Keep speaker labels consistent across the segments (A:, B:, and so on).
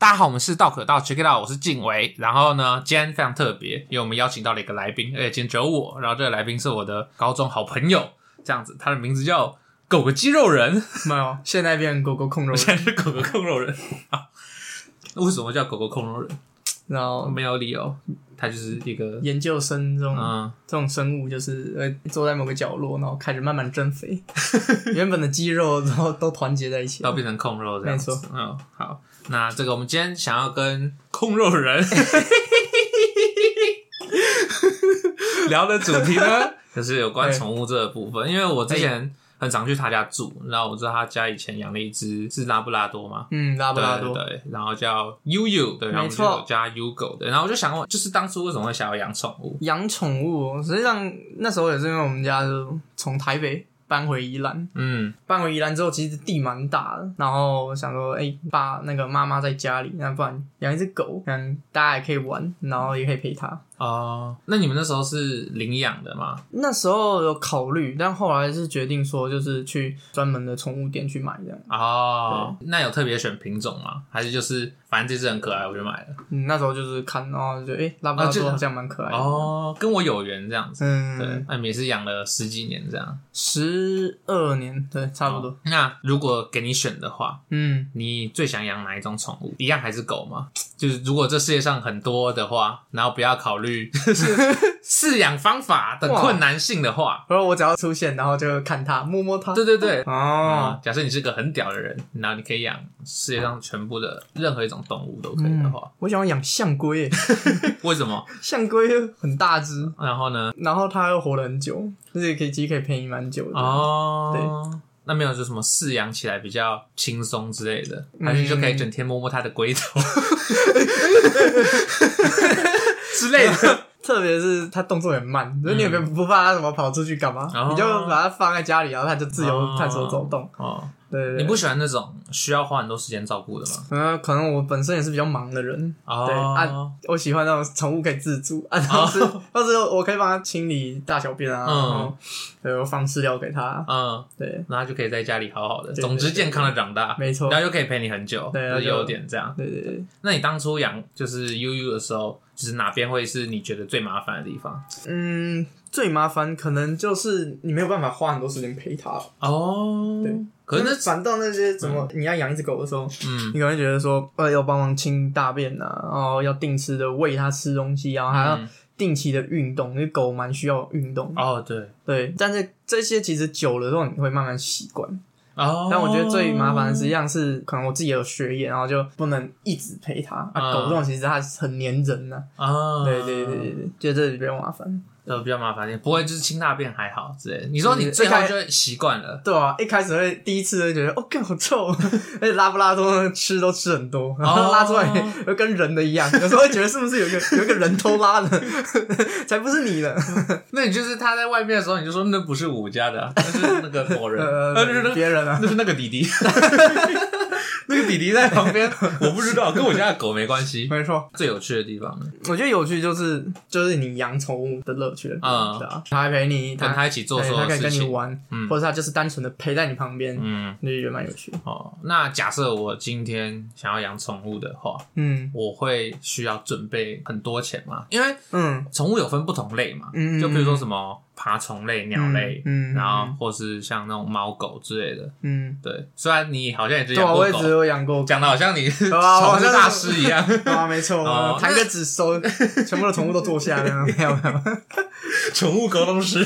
A: 大家好，我们是道可道 Check It Out，我是静维。然后呢，今天非常特别，因为我们邀请到了一个来宾，而且今天只有我。然后这个来宾是我的高中好朋友，这样子，他的名字叫狗狗肌肉人，
B: 没有，现在变狗狗控肉
A: 我，现在是狗狗控肉人。 好为什么叫狗狗控肉人？
B: 然后
A: 没有理由，他就是一个
B: 研究生这种、
A: 嗯，
B: 这种生物，就是呃坐在某个角落，然后开始慢慢 增肥，原本的肌肉然后都团结在一起
A: 要。变成控肉这样子
B: 没。
A: 嗯，好，那这个我们今天想要跟控肉 人聊的主题 呢，就是有关宠物这个部分，因为我之
B: 哎
A: 前很常去他家住，然后我知道他家以前养了一只是拉布拉多嘛。
B: 嗯，拉布
A: 对
B: 拉多，
A: 对对，然后叫悠悠，对，然后我
B: 没
A: 们
B: 错
A: 就加 U 狗的，然后我就想问，就是当初为什么会想要养宠物？
B: 养宠物，实际上那时候也是因为我们家就从台北搬回宜兰，
A: 嗯
B: 搬回宜兰之后，其实地蛮大的，然后我想说，哎、爸那个妈妈在家里，那不然养一只狗，嗯，大家也可以玩，然后也可以陪它。
A: 哦，那你们那时候是领养的吗？
B: 那时候有考虑，但后来是决定说，就是去专门的宠物店去买这样。
A: 哦，那有特别选品种吗？还是就是反正这只很可爱，我就买了。
B: 嗯，那时候就是看，然后就诶，拉布拉
A: 啊这
B: 多好像蛮可爱的。
A: 哦，跟我有缘这样子。对
B: 哎嗯，，
A: 那你们也是养了十几年这样，
B: 十二年，对，差不多。
A: 哦那如果给你选的话，
B: 嗯，
A: 你最想养哪一种宠物？一样还是狗吗？就是如果这世界上很多的话，然后不要考虑 就是饲养方法的困难性的话，
B: 然后我只要出现，然后就看它，摸摸它。
A: 对对对。
B: 哦，
A: 啊，假设你是个很屌的人，然后你可以养世界上全部的任何一种动物都可以的话，
B: 我想要养象龟耶，
A: 为什么？
B: 象龟很大只，
A: 然后呢？
B: 然后它又活了很久，就是可以其实可以陪你蛮久的。
A: 哦，啊对，那没有就什么饲养起来比较轻松之类的，
B: 嗯
A: 还是你就可以整天摸摸它的龟 头之类的。
B: 特别是它动作很慢，所以你也不不怕它什么跑出去干嘛，
A: 嗯哦
B: 你就把它放在家里，然后它就自由探索走动。
A: 哦，
B: 对对对
A: 你不喜欢那种需要花很多时间照顾的吗？
B: 嗯，可能我本身也是比较忙的人，对
A: 哦
B: 啊，我喜欢那种宠物可以自助 啊，当时当时我可以帮它清理大小便啊，
A: 嗯
B: 然后对我放饲料给它，
A: 嗯，
B: 对
A: 那它就可以在家里好好的，
B: 啊对
A: 总之
B: 对对
A: 健康的长大，
B: 没错
A: 然后又可以陪你很久，
B: 对啊
A: 这是
B: 就
A: 优点这样。
B: 对对对，
A: 那你当初养就是悠悠的时候，就是哪边会是你觉得最麻烦的地方？
B: 嗯，最麻烦可能就是你没有办法花很多时间陪它，
A: 哦，
B: 对，
A: 可是嗯那
B: 反倒那些怎么你要养一只狗的时候，
A: 嗯
B: 你可能会觉得说，呃，要帮忙清大便啊，然后要定时的喂它吃东西啊，然后还要
A: 嗯
B: 定期的运动，因为狗蛮需要运动，
A: 哦对
B: 对，但是这些其实久了之后你会慢慢习惯。
A: 哦，
B: 但我觉得最麻烦的实际上是，可能我自己也有学业，然后就不能一直陪它。
A: 嗯
B: 啊，狗这种其实它很粘人呐、
A: 啊，
B: 对对对对对，觉得这里比较麻烦。
A: 呃，比较麻烦一点，不会就是清大便还好之类的。你说你最后就会习惯了，
B: 对啊，一开始会第一次会觉得哦，更好臭， 而且拉布拉多吃都吃很多，然
A: 哦
B: 后拉出来又跟人的一样，有时候会觉得是不是有一个有一个人偷拉的， 才不是你的，
A: 那你就是他在外面的时候，你就说那不是我家 的啊、那是那个某人，
B: 呃
A: 那就是那，个
B: 别人啊，
A: 那是那个弟 弟，那个弟弟在旁边， 我不知道，跟我家的狗没关系。
B: 没错。
A: 最有趣的地方呢，
B: 我觉得有趣就是就是你养宠物的乐趣了，
A: 嗯
B: 对啊，它还陪你，
A: 跟
B: 它
A: 他一起做
B: 对
A: 所
B: 它
A: 有
B: 可以
A: 事
B: 跟你
A: 情。
B: 玩，
A: 嗯
B: 或者它就是单纯的陪在你旁边，
A: 嗯，
B: 那就觉得蛮有趣的。
A: 哦，那假设我今天想要养宠物的话，
B: 嗯
A: 我会需要准备很多钱吗？因为
B: 嗯
A: 宠物有分不同类嘛，
B: 嗯
A: 就比如说什么爬虫类、鸟类，
B: 嗯，嗯
A: 然后或是像那种猫狗之类的。
B: 嗯，
A: 对，虽然你好像也只
B: 对
A: 养
B: 啊，
A: 过
B: 我也只
A: 狗，
B: 有养 过狗
A: 讲的好像你是宠
B: 啊
A: 物
B: 我真的
A: 大师一样。
B: 啊，没错
A: 哦，
B: 弹个指收， 全部的宠物都坐下 了，没有没有，
A: 宠物沟通 师，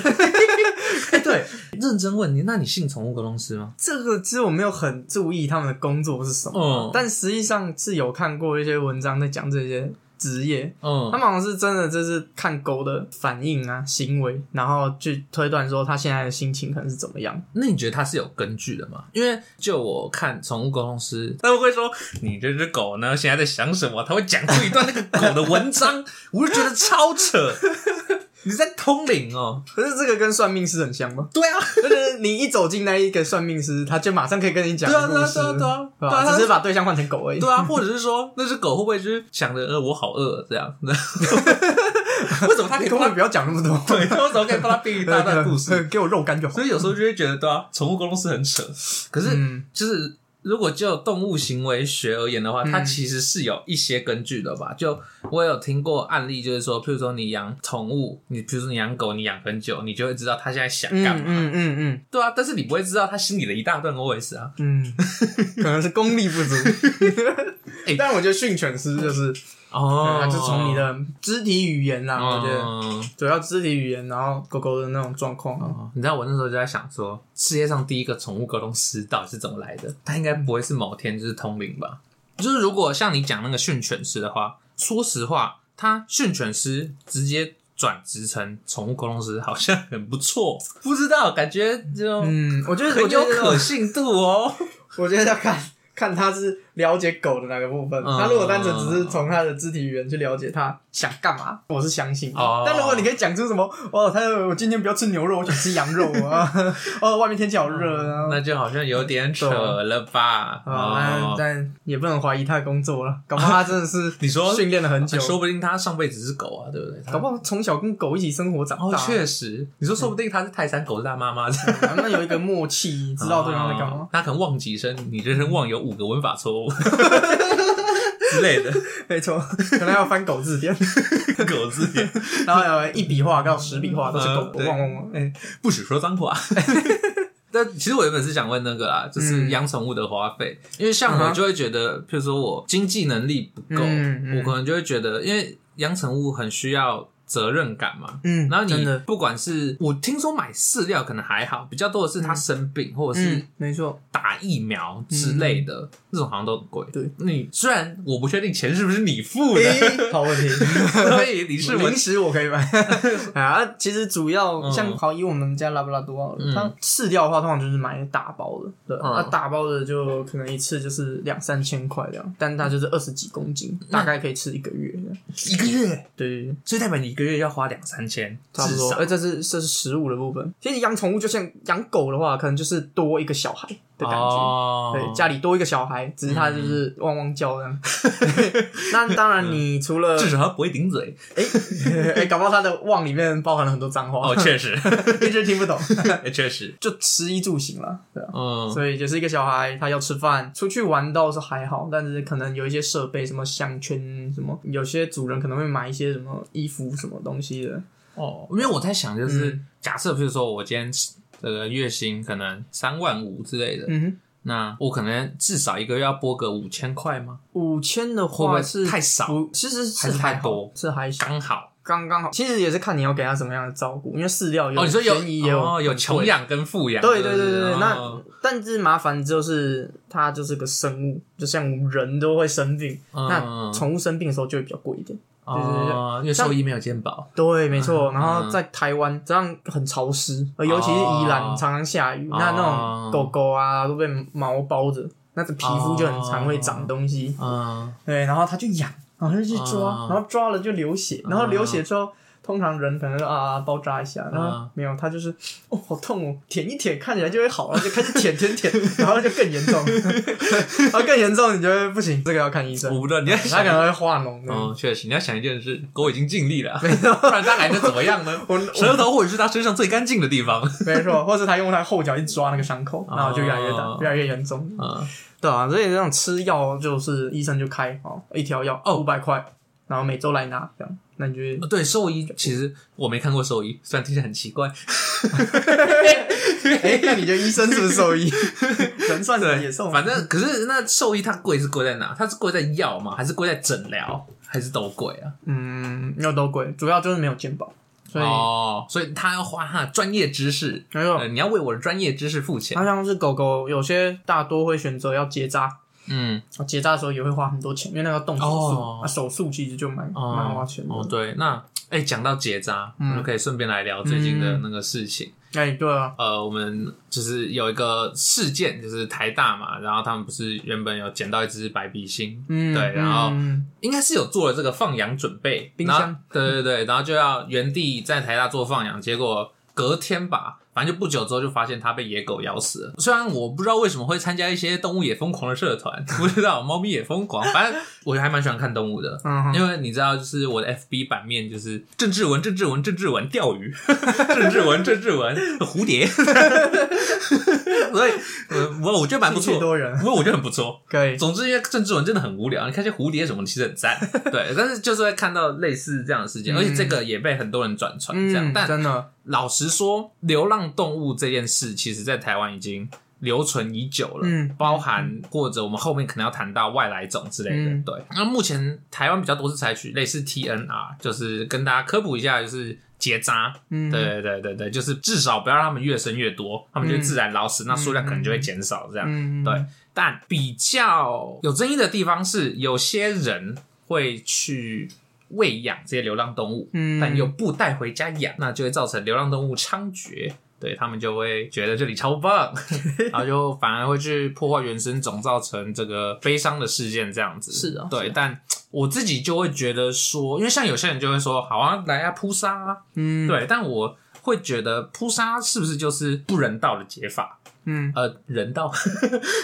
B: 哎对，
A: 认真问你，那你信宠物沟通师吗？
B: 这个其实我没有很注意他们的工作是什么，
A: 嗯，
B: 但实际上是有看过一些文章在讲这些职业，他
A: 嗯，
B: 们好像是真的就是看狗的反应啊、行为，然后去推断说它现在的心情可能是怎么样。
A: 那你觉得它是有根据的吗？因为就我看宠物沟通师，他们会说你这只狗呢现在在想什么，他会讲出一段那个狗的文章，我就觉得超扯。 你在通灵哦？
B: 可是这个跟算命师很像吗？
A: 对啊，
B: 就是你一走进那一个算命师，他就马上可以跟你讲
A: 对啊，
B: 故
A: 对啊，
B: 事，
A: 对啊，对啊，对
B: 对
A: 啊，
B: 吧？
A: 他
B: 只是把对象换成狗而已。
A: 对啊，或者是说那只狗会不会就是想着呃我好饿这样？然后 为什么它可以
B: 你根
A: 帮它
B: 本不要讲那么多，
A: 对，为什么可以帮它编一 大段故事？
B: 对，给我肉干就好
A: 所。以有时候就会觉得，对啊，宠物沟通是很扯。可是
B: 嗯
A: 就是如果就动物行为学而言的话，它其实是有一些根据的吧？就我有听过案例，就是说，譬如说你养宠物，你比如说你养狗，你养很久，你就会知道它现在想干嘛。
B: 嗯嗯嗯
A: 对啊，但是你不会知道它心里的一大段 OS 啊。
B: 嗯，可能是功力 不足。
A: 哎
B: 但我觉得训犬师就是，啊
A: 哦
B: 他就从你的肢体语言啦，我觉得
A: 嗯
B: 主要肢体语言，然后狗狗的那种状况啊，
A: 哦你知道我那时候就在想说，世界上第一个宠物沟通师到底是怎么来的？它应该不会是某天就是通灵吧？就是如果像你讲那个训犬师的话，说实话，他训犬师直接转职成宠物沟通师，好像很不错。不知道，感觉就
B: 嗯，我觉得
A: 很
B: 我觉
A: 有
B: 得
A: 可信度哦。
B: 我觉得要看看他是了解狗的哪个部分。
A: 嗯
B: 他如果单纯只是从他的肢体语言去了解他想干嘛，我是相信的
A: 哦。
B: 但如果你可以讲出什么哦，他我今天不要吃牛肉，我想吃羊肉啊， 哦，外面天气好热啊。
A: 那就好像有点扯了吧？
B: 啊，但
A: 嗯哦，
B: 但也不能怀疑他的工作了，搞不好他真的是
A: 你说啊
B: 训练了很久，
A: 说不定他上辈子是狗啊，对不对？
B: 搞不好从小跟狗一起生活长
A: 哦
B: 大，，
A: 确实，你说说不定他是泰山狗大妈妈这样
B: 啊那有一个默契，知道对方在干嘛
A: 哦。他可能忘几声，你这声忘有五个文法错 误之类的，
B: 没错，可能要翻狗字典，
A: 狗字典，
B: 然后有一笔画到十笔画都是狗
A: 嗯，
B: 汪
A: 对
B: 汪汪，哎，
A: 不许说脏 话。但其实我原本是想问那个啦，就是养宠物的花费，因为像
B: 嗯
A: 我
B: 哼
A: 就会觉得，譬如说我经济能力不够，
B: 嗯嗯
A: 我可能就会觉得，因为养宠物很需要责任感嘛。
B: 嗯，
A: 然后
B: 真
A: 你
B: 的
A: 不管是我听说买饲料可能还好，比较多的是它生病或者是
B: 嗯，没错，
A: 打疫苗之类的，那种好像都很贵。
B: 对，
A: 你虽然我不确定钱是不是你付的，
B: 诶 好问 题。
A: 所以你 是我
B: 零食我可以买 嗯啊，其实主要像好以我们家拉布拉多好了
A: 嗯
B: 它饲料的话，通常就是买大包的，对，
A: 嗯
B: 那大包的就可能一次就是两三千块这样，但它就是二十几公斤，
A: 那
B: 大概可以吃一个月这样。
A: 一个月，
B: 嗯对，
A: 所以代表你一个月要花两三千，
B: 差不
A: 至
B: 多。
A: 少
B: 而这是这是食物的部分。其实养宠物就像养狗的话，可能就是多一个小孩的感觉。
A: 哦
B: 对，家里多一个小孩，只是它就是汪汪叫这样。 那当然，你除了
A: 至少他不会顶 嘴。
B: 哎、 哎搞不好它的汪里面包含了很多脏话，
A: 哦，确实，
B: 一直听不懂。
A: 确实，
B: 就吃衣住行了，对啊。
A: 嗯，
B: 所以就是一个小孩，他要吃饭，出去玩倒是还好，但是可能有一些设备，什么项圈，什么有些主人可能会买一些什么衣服、什么东西的，
A: 哦，因为我在想，就是假设，比如说我今天这个月薪可能三万五之类的，
B: 嗯哼，
A: 那我可能至少一个月要拨个五千块吗？
B: 五千的
A: 会不
B: 话
A: 会
B: 是
A: 太少？
B: 不，其实是
A: 还是太
B: 还好
A: 多
B: 是还行
A: 刚好
B: 刚刚好。其实也是看你要给他什么样的照顾，因为饲料有
A: 哦，你说有
B: 便宜也有
A: 哦，有
B: 很贵
A: 穷养跟富养，
B: 对
A: 是
B: 对
A: 不
B: 对
A: 是
B: 对对，那
A: 哦
B: 但是麻烦就是它就是个生物，就像人都会生病，
A: 嗯
B: 那宠物生病的时候就会比较贵一点。对对对
A: 哦，因为兽医没有健保，
B: 对，没错。
A: 嗯
B: 然后在台湾这样很潮湿，呃尤其是宜兰
A: 哦
B: 常常下雨，
A: 哦
B: 那那种狗狗啊都被毛包着，那这皮肤就很常会长东西。
A: 嗯，
B: 对，然后它就痒，然后就去抓
A: 哦，
B: 然后抓了就流血，
A: 嗯
B: 然后流血之后。通常人可能就啊包扎一下，然后
A: 嗯
B: 没有，它就是哦好痛哦，舔一舔看起来就会好，然后就开始舔舔舔， 然后就更 严重，然后更严重你就会不行，这个要看医
A: 嗯
B: 生，
A: 我不知道你在
B: 他
A: 想
B: 可能会化脓的。
A: 嗯，确实，你要想一件事，狗已经尽力了，不然它还能怎么样呢？
B: 我
A: 舌头或者是它身上最干净的地方。
B: 没错，或是他用他后脚一抓那个伤口，然后就越来越大
A: 哦，
B: 越来越严重。
A: 嗯，
B: 对啊，所以这种吃药就是医生就开哦，一条药哦五百块，然后每周来拿这样，那 你就
A: 对，兽医其实我没看过兽医，虽然听起来很奇怪，
B: 哎，那你觉得医生是不是兽医？ 人算是野兽吗？
A: 反正可是那兽医它贵是贵在哪？它是贵在药吗？还是贵在诊疗？还是都贵啊？
B: 嗯，没有多贵，主要就是没有健保，所以哦
A: 哦，所以他要花他的专业知识，
B: 没有
A: 呃，。你要为我的专业知识付钱。
B: 它像是狗狗，有些大多会选择要结扎，
A: 嗯，
B: 啊结扎的时候也会花很多钱，因为那个要动手术，
A: 哦
B: 啊手术其实就蛮
A: 哦
B: 蛮花钱的。
A: 哦，对，那哎，讲到结扎，
B: 嗯
A: 我们可以顺便来聊最近的那个事情。
B: 哎，对啊，
A: 呃，我们就是有一个事件，就是台大嘛，然后他们不是原本有捡到一只白鼻星，
B: 嗯，
A: 对然后
B: 嗯
A: 应该是有做了这个放养准备，
B: 冰箱
A: 然后对对对，然后就要原地在台大做放养，结果隔天吧，反正就不久之后就发现它被野狗咬死了。虽然我不知道为什么会参加一些动物也疯狂的社团， 不知道猫咪也疯狂，反正我还蛮喜欢看动物的。
B: 嗯哼
A: 因为你知道，就是我的 FB 版面就是郑志文、郑志文、郑志文钓 鱼，郑志文、郑志文蝴 蝶，所以呃我我觉得蛮不
B: 兴
A: 错，
B: 趣多人
A: 不过我觉得很不错。
B: 可以，
A: 总之，因为郑志文真的很无聊，你看些蝴蝶什么的，其实很 赞，对。但是就是会看到类似这样的事件，
B: 嗯
A: 而且这个也被很多人转传这样。
B: 嗯，
A: 但
B: 真的，
A: 老实说，流浪动物这件事，其实在台湾已经留存已久了，
B: 嗯
A: 包含或者我们后面可能要谈到外来种之类的。
B: 嗯
A: 对，那目前台湾比较多是采取类似 TNR，就是跟大家科普一下，就是结扎，
B: 嗯，
A: 对对对对，就是至少不要让它们越生越多，它们就会自然老死，那数量可能就会减少这样。
B: 嗯嗯，嗯，
A: 对，但比较有争议的地方是，有些人会去喂养这些流浪动物，
B: 嗯
A: 但又不带回家养，那就会造成流浪动物猖獗。对他们就会觉得这里超 棒，然后就反而会去破坏原生种，造成这个悲伤的事件这样子。
B: 是啊
A: 对，
B: 是啊
A: 但我自己就会觉得说，因为像有些人就会说，好啊，来啊，扑杀啊，
B: 嗯，，
A: 对，但我会觉得扑杀是不是就是不人道的解法？
B: 嗯，
A: 呃，人道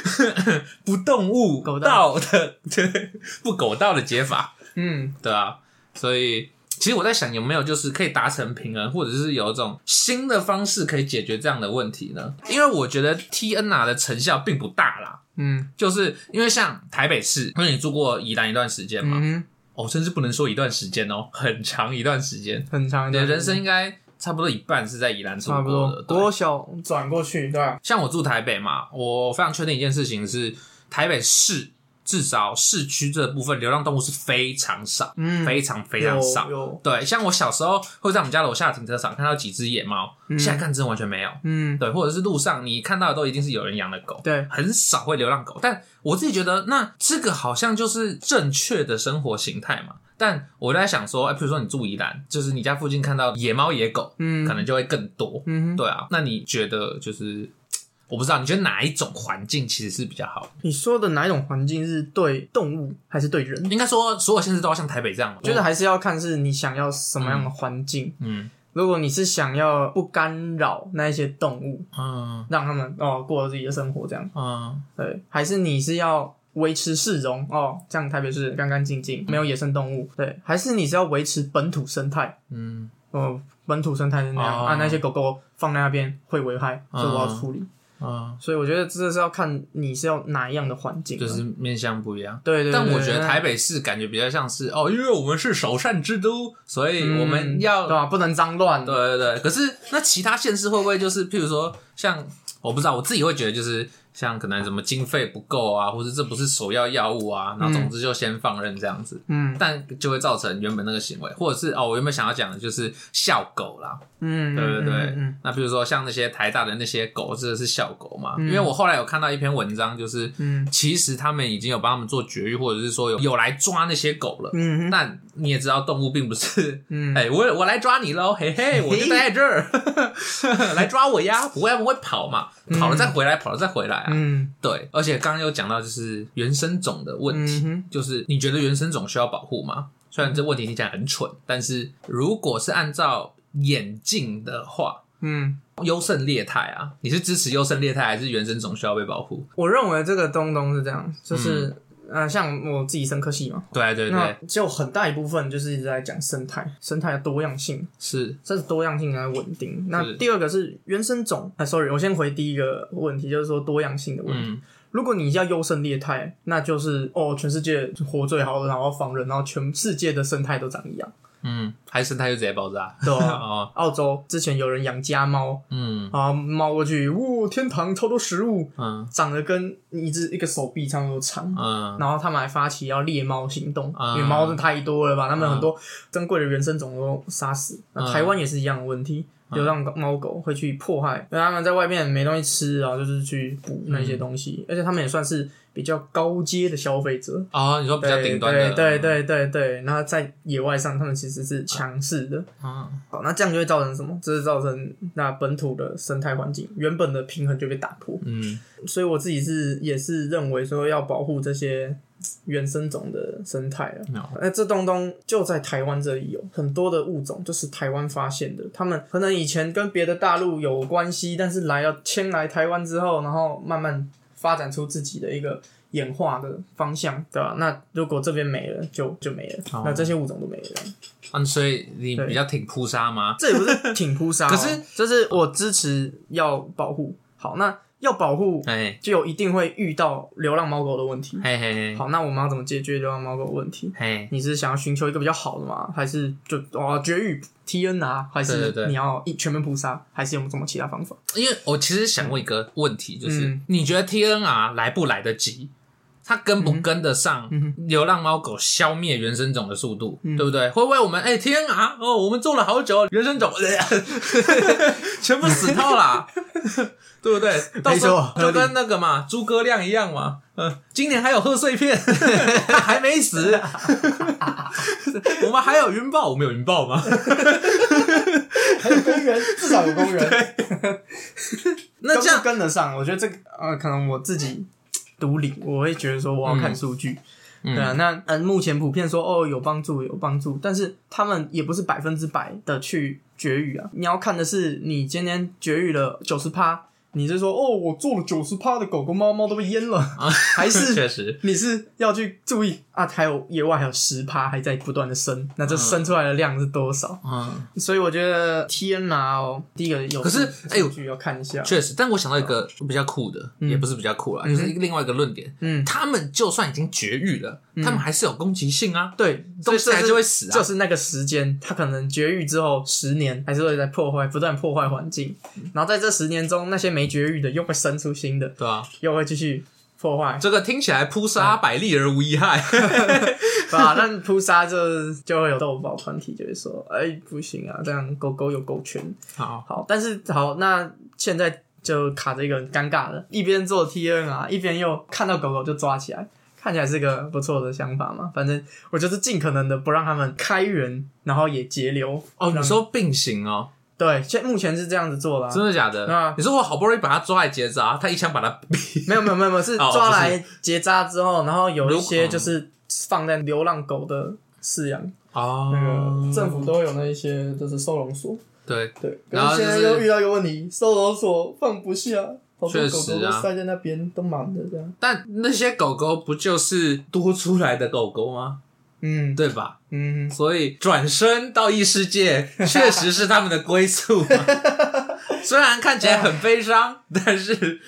A: 不动物
B: 狗
A: 道
B: 道
A: 的对不狗道的解法，
B: 嗯，
A: 对啊，所以其实我在想有没有就是可以达成平衡，或者是有一种新的方式可以解决这样的问题呢？因为我觉得 T N R 的成效并不大啦，
B: 嗯，
A: 就是因为像台北市，因为你住过宜兰一段时间嘛，
B: 嗯，
A: 哦，甚至不能说一段时间哦，很长一段时间，
B: 很长一
A: 你的
B: 段
A: 人生应该差不多一半是在宜兰度
B: 差不
A: 过
B: 多
A: 的，，对啊
B: 国小转过去，对吧？
A: 像我住台北嘛，我非常确定一件事情是，台北市至少市区这部分流浪动物是非常少，
B: 嗯，
A: 非常非常
B: 有
A: 少。
B: 有，
A: 对，像我小时候会在我们家楼下的停车场看到几只野猫，
B: 嗯
A: 现在看真的完全没有。
B: 嗯，
A: 对，或者是路上你看到的都一定是有人养的狗，
B: 对，
A: 很少会流浪狗。但我自己觉得，那这个好像就是正确的生活形态嘛。但我在想说，哎、比如说你住宜兰，就是你家附近看到野猫野狗，
B: 嗯，
A: 可能，就会更多。
B: 嗯哼，
A: 对啊，那你觉得就是我不知道，你觉得哪一种环境其实是比较好的？
B: 你说的哪一种环境是对动物还是对人？
A: 应该说所有县市都要像台北这样吗，
B: 觉得还是要看是你想要什么样的环境。
A: 嗯
B: 如果你是想要不干扰那一些动物，
A: 嗯
B: 让他们哦过自己的生活这样，
A: 嗯
B: 对，还是你是要维持市容哦，这样台北市干干净净，
A: 嗯
B: 没有野生动物，对，还是你是要维持本土生态，
A: 嗯，
B: 哦，本土生态是那样、
A: 哦
B: 啊，那些狗狗放在那边会危害，所以我要处理。
A: 嗯，
B: 所以我觉得这是要看你是要哪一样的环境啊，
A: 就是面向不一样。
B: 对对对
A: 但我觉得台
B: 北
A: 北市感觉比较像是哦，因为我们是首善之都，所
B: 嗯
A: 以我们要、
B: 对吧、啊不能脏乱，
A: 对对对。可是那其他县市会不会就是，譬如说像我不知道，我自己会觉得就是像可能什么经费不够啊，或者这不是首要药物啊，然后总之就先放任这样子。
B: 嗯
A: 但就会造成原本那个行为，或者是哦，我原本想要讲的就是笑狗啦，
B: 嗯，
A: 对对对。
B: 嗯嗯
A: 那比如说像那些台大的那些狗，这是笑狗嘛？
B: 嗯
A: 因为我后来有看到一篇文章，就是
B: 嗯
A: 其实他们已经有帮他们做绝育，或者是说有有来抓那些狗了。
B: 嗯嗯
A: 但你也知道，动物并不是，
B: 嗯
A: 哎、我我来抓你喽，嘿嘿，我就待在这 儿，来抓我呀，不会不会跑嘛，跑了再回来，跑了再回来啊。
B: 嗯
A: 对，而且刚刚有讲到就是原生种的问题，
B: 嗯哼
A: 就是你觉得原生种需要保护吗？虽然这问题听起来很蠢，但是如果是按照眼镜的话，
B: 嗯，
A: 优胜劣汰啊，你是支持优胜劣汰，还是原生种需要被保护？
B: 我认为这个东东是这样，就是、
A: 嗯
B: 呃，像我自己生科系嘛，
A: 对啊对
B: 那
A: 对，
B: 就很大一部分就是一直在讲生态，生态的多样性，
A: 是，
B: 这是多样性来稳定。
A: 是
B: 那第二个是原生种，哎，sorry，我先回第一个问题，就是说多样性的问题。
A: 嗯
B: 如果你要优胜劣汰，那就是哦，全世界活最好的，然后放任，然后全世界的生态都长 一样，
A: 嗯，还是生态就直接爆 炸？
B: 对吧、
A: 哦，
B: 澳洲之前有人养家猫
A: 嗯
B: 啊，猫过去，哇、天堂超多食物，
A: 嗯
B: 长得跟一只一个手臂差不多长，
A: 嗯
B: 然后他们还发起要猎猫行动，
A: 啊
B: 因为猫真的太多了吧？他们很多珍贵的原生种都杀死。
A: 啊
B: 那台湾也是一样的问题，流浪狗猫狗啊
A: 嗯
B: 会去迫害，因为他们在外面没东西吃，然后就是去捕那些东西，而且他们也算是比较高阶的消费者，
A: 哦，你说比较顶端的，嗯
B: 对对对对对，那在野外上，他们其实是强势的。
A: 啊，
B: 好，那这样就会造成什么？这是造成那本土的生态环境原本的平衡就被打破。
A: 嗯
B: 所以我自己是也是认为说要保护这些嘖原生种的生态啊。
A: ，no，
B: 那这东东就在台湾这里有很多的物种，就是台湾发现的。他们可能以前跟别的大陆有关系，但是来了迁来台湾之后，然后慢慢发展出自己的一个演化的方向，对吧、那如果这边没了，就就没了，
A: 哦
B: 那这些物种都没了。
A: 嗯，所以你
B: 对
A: 比较挺扑杀吗？
B: 这也不是挺扑杀 哦、
A: 可是
B: 就是我支持要保护。好，那要保护
A: 哎，
B: 就有一定会遇到流浪猫狗的问题。
A: 嘿嘿嘿，
B: 好，那我们要怎么解决流浪猫狗问题？
A: 嘿，
B: 你是想要寻求一个比较好的吗？还是就哇绝育 T N 啊？还
A: 对
B: 是
A: 对对
B: 你要一全面扑杀？还是有没有什么其他方 法？
A: 因为我其实想问一个问题，就是
B: 嗯
A: 你觉得 TNR 来不来得及？它跟不跟得上
B: 嗯
A: 流浪猫狗消灭原生种的速度，
B: 嗯
A: 对不对？会不会我们哎、TNR 哦，我们做了好久原生种， 全部死透啦， 对不对？到时候
B: 没错
A: 就跟那个嘛诸葛亮一样嘛，嗯、今年还有贺岁片， 他还没死， 我们还有云豹，我们有云豹 吗？
B: 还有公园，至少有公园。
A: 那这样
B: 跟得上，我觉得这个呃，可能我自己独立，我会觉得说我要看数据。
A: 嗯
B: 对啊，那嗯，目前普遍说哦有帮助有帮助，但是他们也不是百分之百的去绝育啊。你要看的是你今天绝育了九十趴，你是说哦我做了九十趴的狗狗猫猫都被淹了，还是
A: 啊 确实，
B: 你是要去注意啊，还有野外还有十趴还在不断的生，那这生出来的量是多少？
A: 嗯。
B: 所以我觉得 TNR 哦，第一个有
A: 可是哎呦
B: 数据要看一下，
A: 确实，但我想到一个比较酷的，也不是比较酷啦，就是另外一个论点。
B: 嗯，
A: 他们就算已经绝育了，他们还是有攻击性啊，
B: 对，
A: 东西
B: 所以
A: 还
B: 这
A: 是会死
B: 就
A: 啊。
B: 是那个时间，它可能绝育之后十年还是会在破坏，不断破坏环境，
A: 嗯
B: 然后在这十年中，那些没绝育的又会生出新的，
A: 对啊，
B: 又会继续 破坏，
A: 这个听起来扑杀
B: 嗯
A: 百利而无一 害。
B: 对吧？那扑杀就就会有动物保团体就会说，哎、不行啊，这样狗狗有狗权，
A: 好，
B: 好，但是好，那现在就卡着一个很尴尬的，一边做 T N 啊，一边又看到狗狗就抓起来，看起来是个不错的想法嘛。反正我就是尽可能的不让他们开源，然后也节流。
A: 哦，你
B: 让
A: 说并行哦，
B: 对，现目前是这样子做啦、
A: 真的假
B: 对啊
A: 的？你说我好不容易把他抓来结扎，他一枪把 他毙。
B: 没有没有没有没有，是
A: 哦
B: 抓
A: 不是
B: 来结扎之后，然后有
A: 如
B: 一些
A: 嗯
B: 就是放在流浪狗的饲养，
A: 哦
B: 那个政府都有那一些就是收容所。
A: 对，
B: 对，
A: 然后
B: 可是现
A: 就
B: 在
A: 是
B: 又遇到一个问题，收容所放不下，好多
A: 确
B: 狗
A: 实
B: 狗都
A: 啊
B: 塞在那边，都满的这样。
A: 但那些狗狗不就是多出来的狗狗吗？
B: 嗯，
A: 对吧？
B: 嗯，
A: 所以转身到异世 界确实是他们的归宿嘛。虽然看起来很悲
B: 啊
A: 伤，但是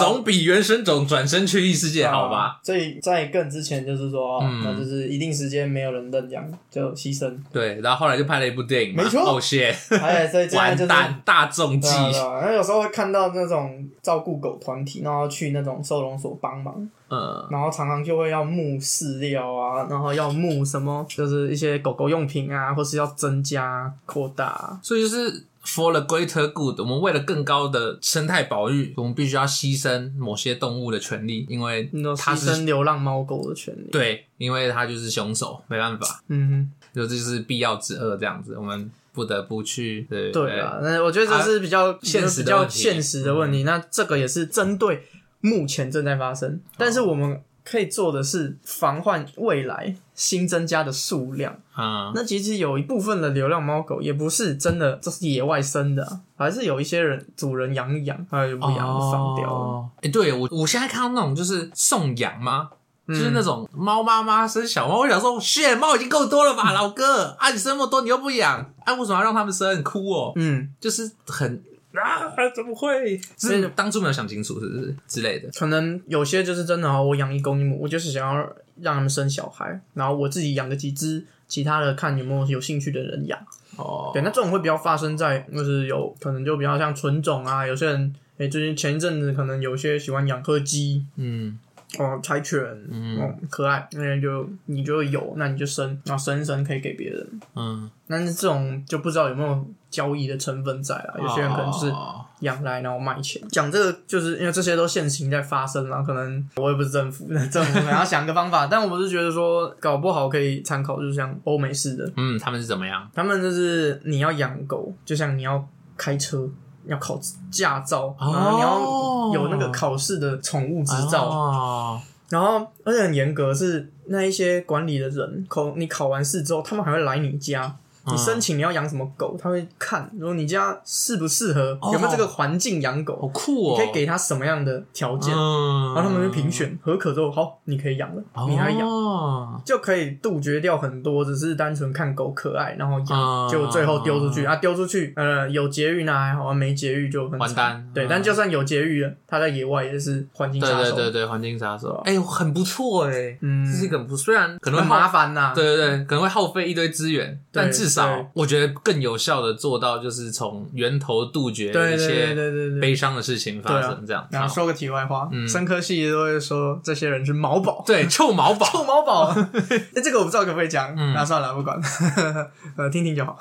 A: 总比原生种转身去异世界好吧？
B: 啊。所以在更之前就是说，哦
A: 嗯
B: 那就是一定时间没有人认养就牺牲，
A: 对，然后后来就拍了一部电影嘛，
B: 没错
A: 哦 谢，
B: 哎，所以这样
A: 完
B: 就是。
A: 蛋，大众
B: 对
A: 计，
B: 啊对啊，然后有时候会看到那种照顾狗团体，然后去那种收容所帮忙，
A: 嗯，
B: 然后常常就会要募饲料啊，然后要募什么，就是一些狗狗用品啊，或是要增加扩大啊、
A: 所以就是 for the greater good，我们为了更高的生态保育，我们必须要牺牲某些动物的权利，因为
B: 你说
A: 它
B: 牺
A: 是
B: 牲流浪猫狗的权利。，
A: 对，因为它就是凶手，没办法。
B: 嗯哼。
A: 就这就是必要之恶这样子，我们不得不去对
B: 对啊，那我觉得这是比较、
A: 现实
B: 比
A: 的问
B: 较
A: 题
B: 现实的问题。嗯那这个也是针对目前正在发生，但是我们可以做的是防范未来新增加的数量。
A: 啊，
B: 那其实有一部分的流浪猫狗也不是真的，这是野外生的啊、还是有一些人主人养一养，还有不养就放掉了。
A: 哦。哎、对我我现在看到那种就是送养吗？
B: 嗯
A: 就是那种猫妈妈生小猫，我想说，shit，猫已经够多了 吧，老哥啊，你生那么多你又不养，啊，为什么要让他们生？很哭哦，
B: 嗯，
A: 就是很啊，怎么会？是当初没有想清楚，是不是之类的？
B: 可能有些就是真的哦，我养一公一母，我就是想要让他们生小孩，然后我自己养个几只，其他的看有没有有兴趣的人养。
A: 哦，
B: 对，那这种会比较发生在就是有可能就比较像纯种啊，有些人诶、最近前一阵子可能有些喜欢养柯基
A: 嗯，
B: 哦、柴犬，
A: 嗯
B: 哦，可爱，那就你就有，那你就生，然后生一生可以给别人。
A: 嗯，
B: 但是这种就不知道有没有交易的成分在啊，有些人可能就是
A: 哦
B: 养来然后卖钱。讲这个就是因为这些都现行在发生啦，可能我也不是政府，政府可能要想个方法， 但我是觉得说搞不好可以参考，就是像欧美式的，
A: 嗯，他们是怎么样？
B: 他们就是你要养狗，就像你要开车。要考驾照，然后你
A: 哦
B: 要有那个考试的宠物执照，
A: 哦，
B: 然后而且很严格，是那一些管理的人考你考完试之后，他们还会来你家。
A: 嗯
B: 你申请你要养什么狗，他会看，如果你家适不适合，
A: 哦
B: 有没有这个环境养
A: 好
B: 狗，
A: 酷
B: 你
A: 哦，
B: 可以给他什么样的条件，
A: 嗯，
B: 然后他们会评选合可之后，好，你可以养了，
A: 哦，
B: 你还养，
A: 养，
B: 就可以杜绝掉很多只是单纯看狗可爱，然后
A: 啊
B: 养，就最后丢出去啊，丢出去，呃，有节育那还好，啊没节育就很
A: 完
B: 惨。
A: 蛋，
B: 对，
A: 嗯
B: 但就算有节育了，它在野外也是环境
A: 对
B: 杀手。
A: 对对对，环境杀手，哎，很不错哎，
B: 嗯
A: 这是一个很不，虽然可能
B: 很
A: 会耗
B: 麻烦呐、
A: 对对对，可能会耗费一堆资源，
B: 对
A: 但至
B: 对
A: 少我觉得更有效的做到就是从源头杜绝
B: 对
A: 一
B: 对对
A: 些
B: 对对对。
A: 悲伤的事情发生，这样。
B: 然后
A: 好
B: 说个题外话，
A: 嗯
B: 生科系都会说这些人是毛宝，
A: 对，臭毛宝，
B: 臭毛宝。 哎，这个我不知道可不可以讲，
A: 嗯
B: 那算了，不管， 呃，听听就好。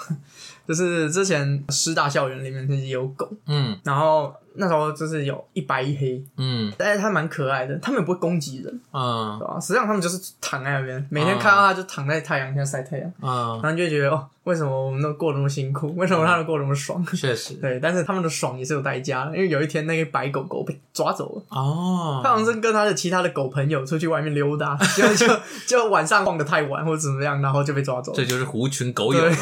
B: 就是之前师大校园里面就是有狗，
A: 嗯
B: 然后那时候就是有一白一黑，
A: 嗯
B: 但是它蛮可爱的，它们也不会攻击人，
A: 嗯
B: 对吧？实际上它们就是躺在那边，每天看到它就躺在太阳下晒太阳，
A: 嗯，
B: 然后你就会觉得哦，为什么我们都过得那么辛苦，为什么它们过得那么爽？
A: 确实
B: 对，但是他们的爽也是有代价的，因为有一天那个白狗狗被抓走了。他好
A: 哦，
B: 像是跟他的其他的狗朋友出去外面溜达，结果就就晚上逛的太晚或者怎么样，然后就被抓走了
A: 这。就是狐群狗友嘛。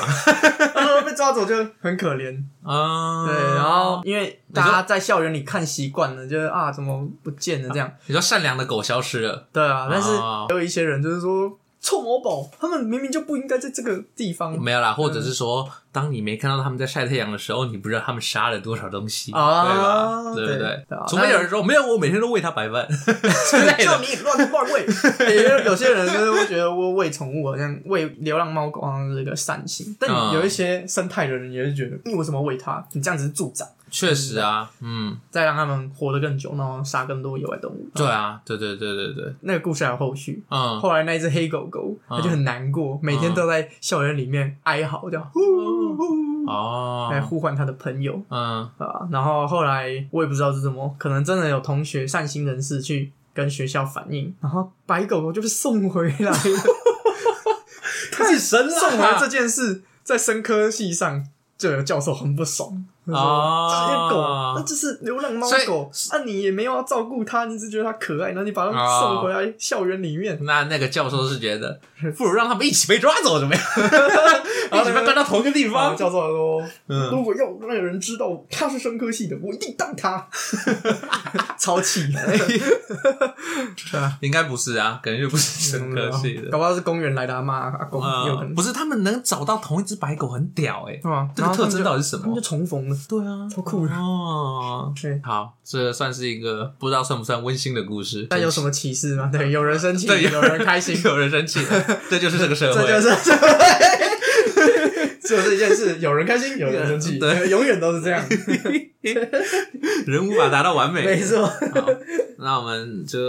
B: 然后 被抓走就很可怜，
A: 嗯，
B: 对。然后因为大家在校园里看习惯了，就是啊怎么不见了这样，
A: 你说善良的狗消失了，
B: 对啊。但是
A: 哦
B: 有一些人就是说臭某宝，他们明明就不应该在这个地方
A: 没有啦，或者是说，当你没看到他们在晒太阳的时候，你不知道他们杀了多少东西，对吧？
B: 啊，
A: 对不对？
B: 啊
A: 除非有人说没有，我每天都喂它白饭 之
B: 那
A: 类
B: 就
A: 的。
B: 你乱乱 喂，因为有些人就是会觉得我喂宠物好像喂流浪猫狗好像是一个善行，但
A: 嗯
B: 有一些生态的人也是觉得你为什么喂它？你这样子是助长，
A: 确实啊，嗯，
B: 再让他们活得更久，然后杀更多野外动物。
A: 对啊，对对对对对，
B: 那个故事还有后续。
A: 嗯，
B: 后来那只黑狗狗，它就很难过，每天都在校园里面哀嚎，这样呼呼，来
A: 哦，
B: 呼唤它的朋友
A: 嗯
B: 啊。然后后来我也不知道是怎么，可能真的有同学善心人士去跟学校反映，然后白狗狗就被送回来了。
A: 太神 了
B: 送回这件事在生科系上就有教授很不爽。他说这些狗，
A: 哦
B: 那就是流浪猫
A: 所以
B: 狗，那、你也没有要照顾它，你只觉得它可爱，然后你把它们送回来校园里面，
A: 那那个教授是觉得，不如让他们一起被抓走怎 么样？一起被关到同一个地
B: 然后
A: 方。
B: 啊教授还说，
A: 嗯
B: 如果要让有人知道他是生科系的，我一定当 他，超气，
A: 应该不是啊，感觉不是 生科系的
B: 搞。不好是公园来的阿妈阿公，有可
A: 嗯，
B: 能
A: 不是他们能找到同一只白狗很屌哎、
B: 是吧？
A: 这个
B: 然后他
A: 特
B: 们
A: 征
B: 就
A: 到底是什
B: 他们
A: 么
B: 就？重逢了，
A: 对啊，
B: 超酷的
A: 哦。
B: 对。
A: 好，这算是一个不知道算不算温馨的故事。
B: 但有什么启示吗？对，有人生气，
A: 对有，
B: 有人开心
A: 有人生气了， 这就是这个社会。
B: 这就是 社就是一件事，有人开心，有人生气，
A: 对，
B: 永远都是这 样，
A: 人无法达到完
B: 没
A: 美。
B: 错。
A: 好，那我们就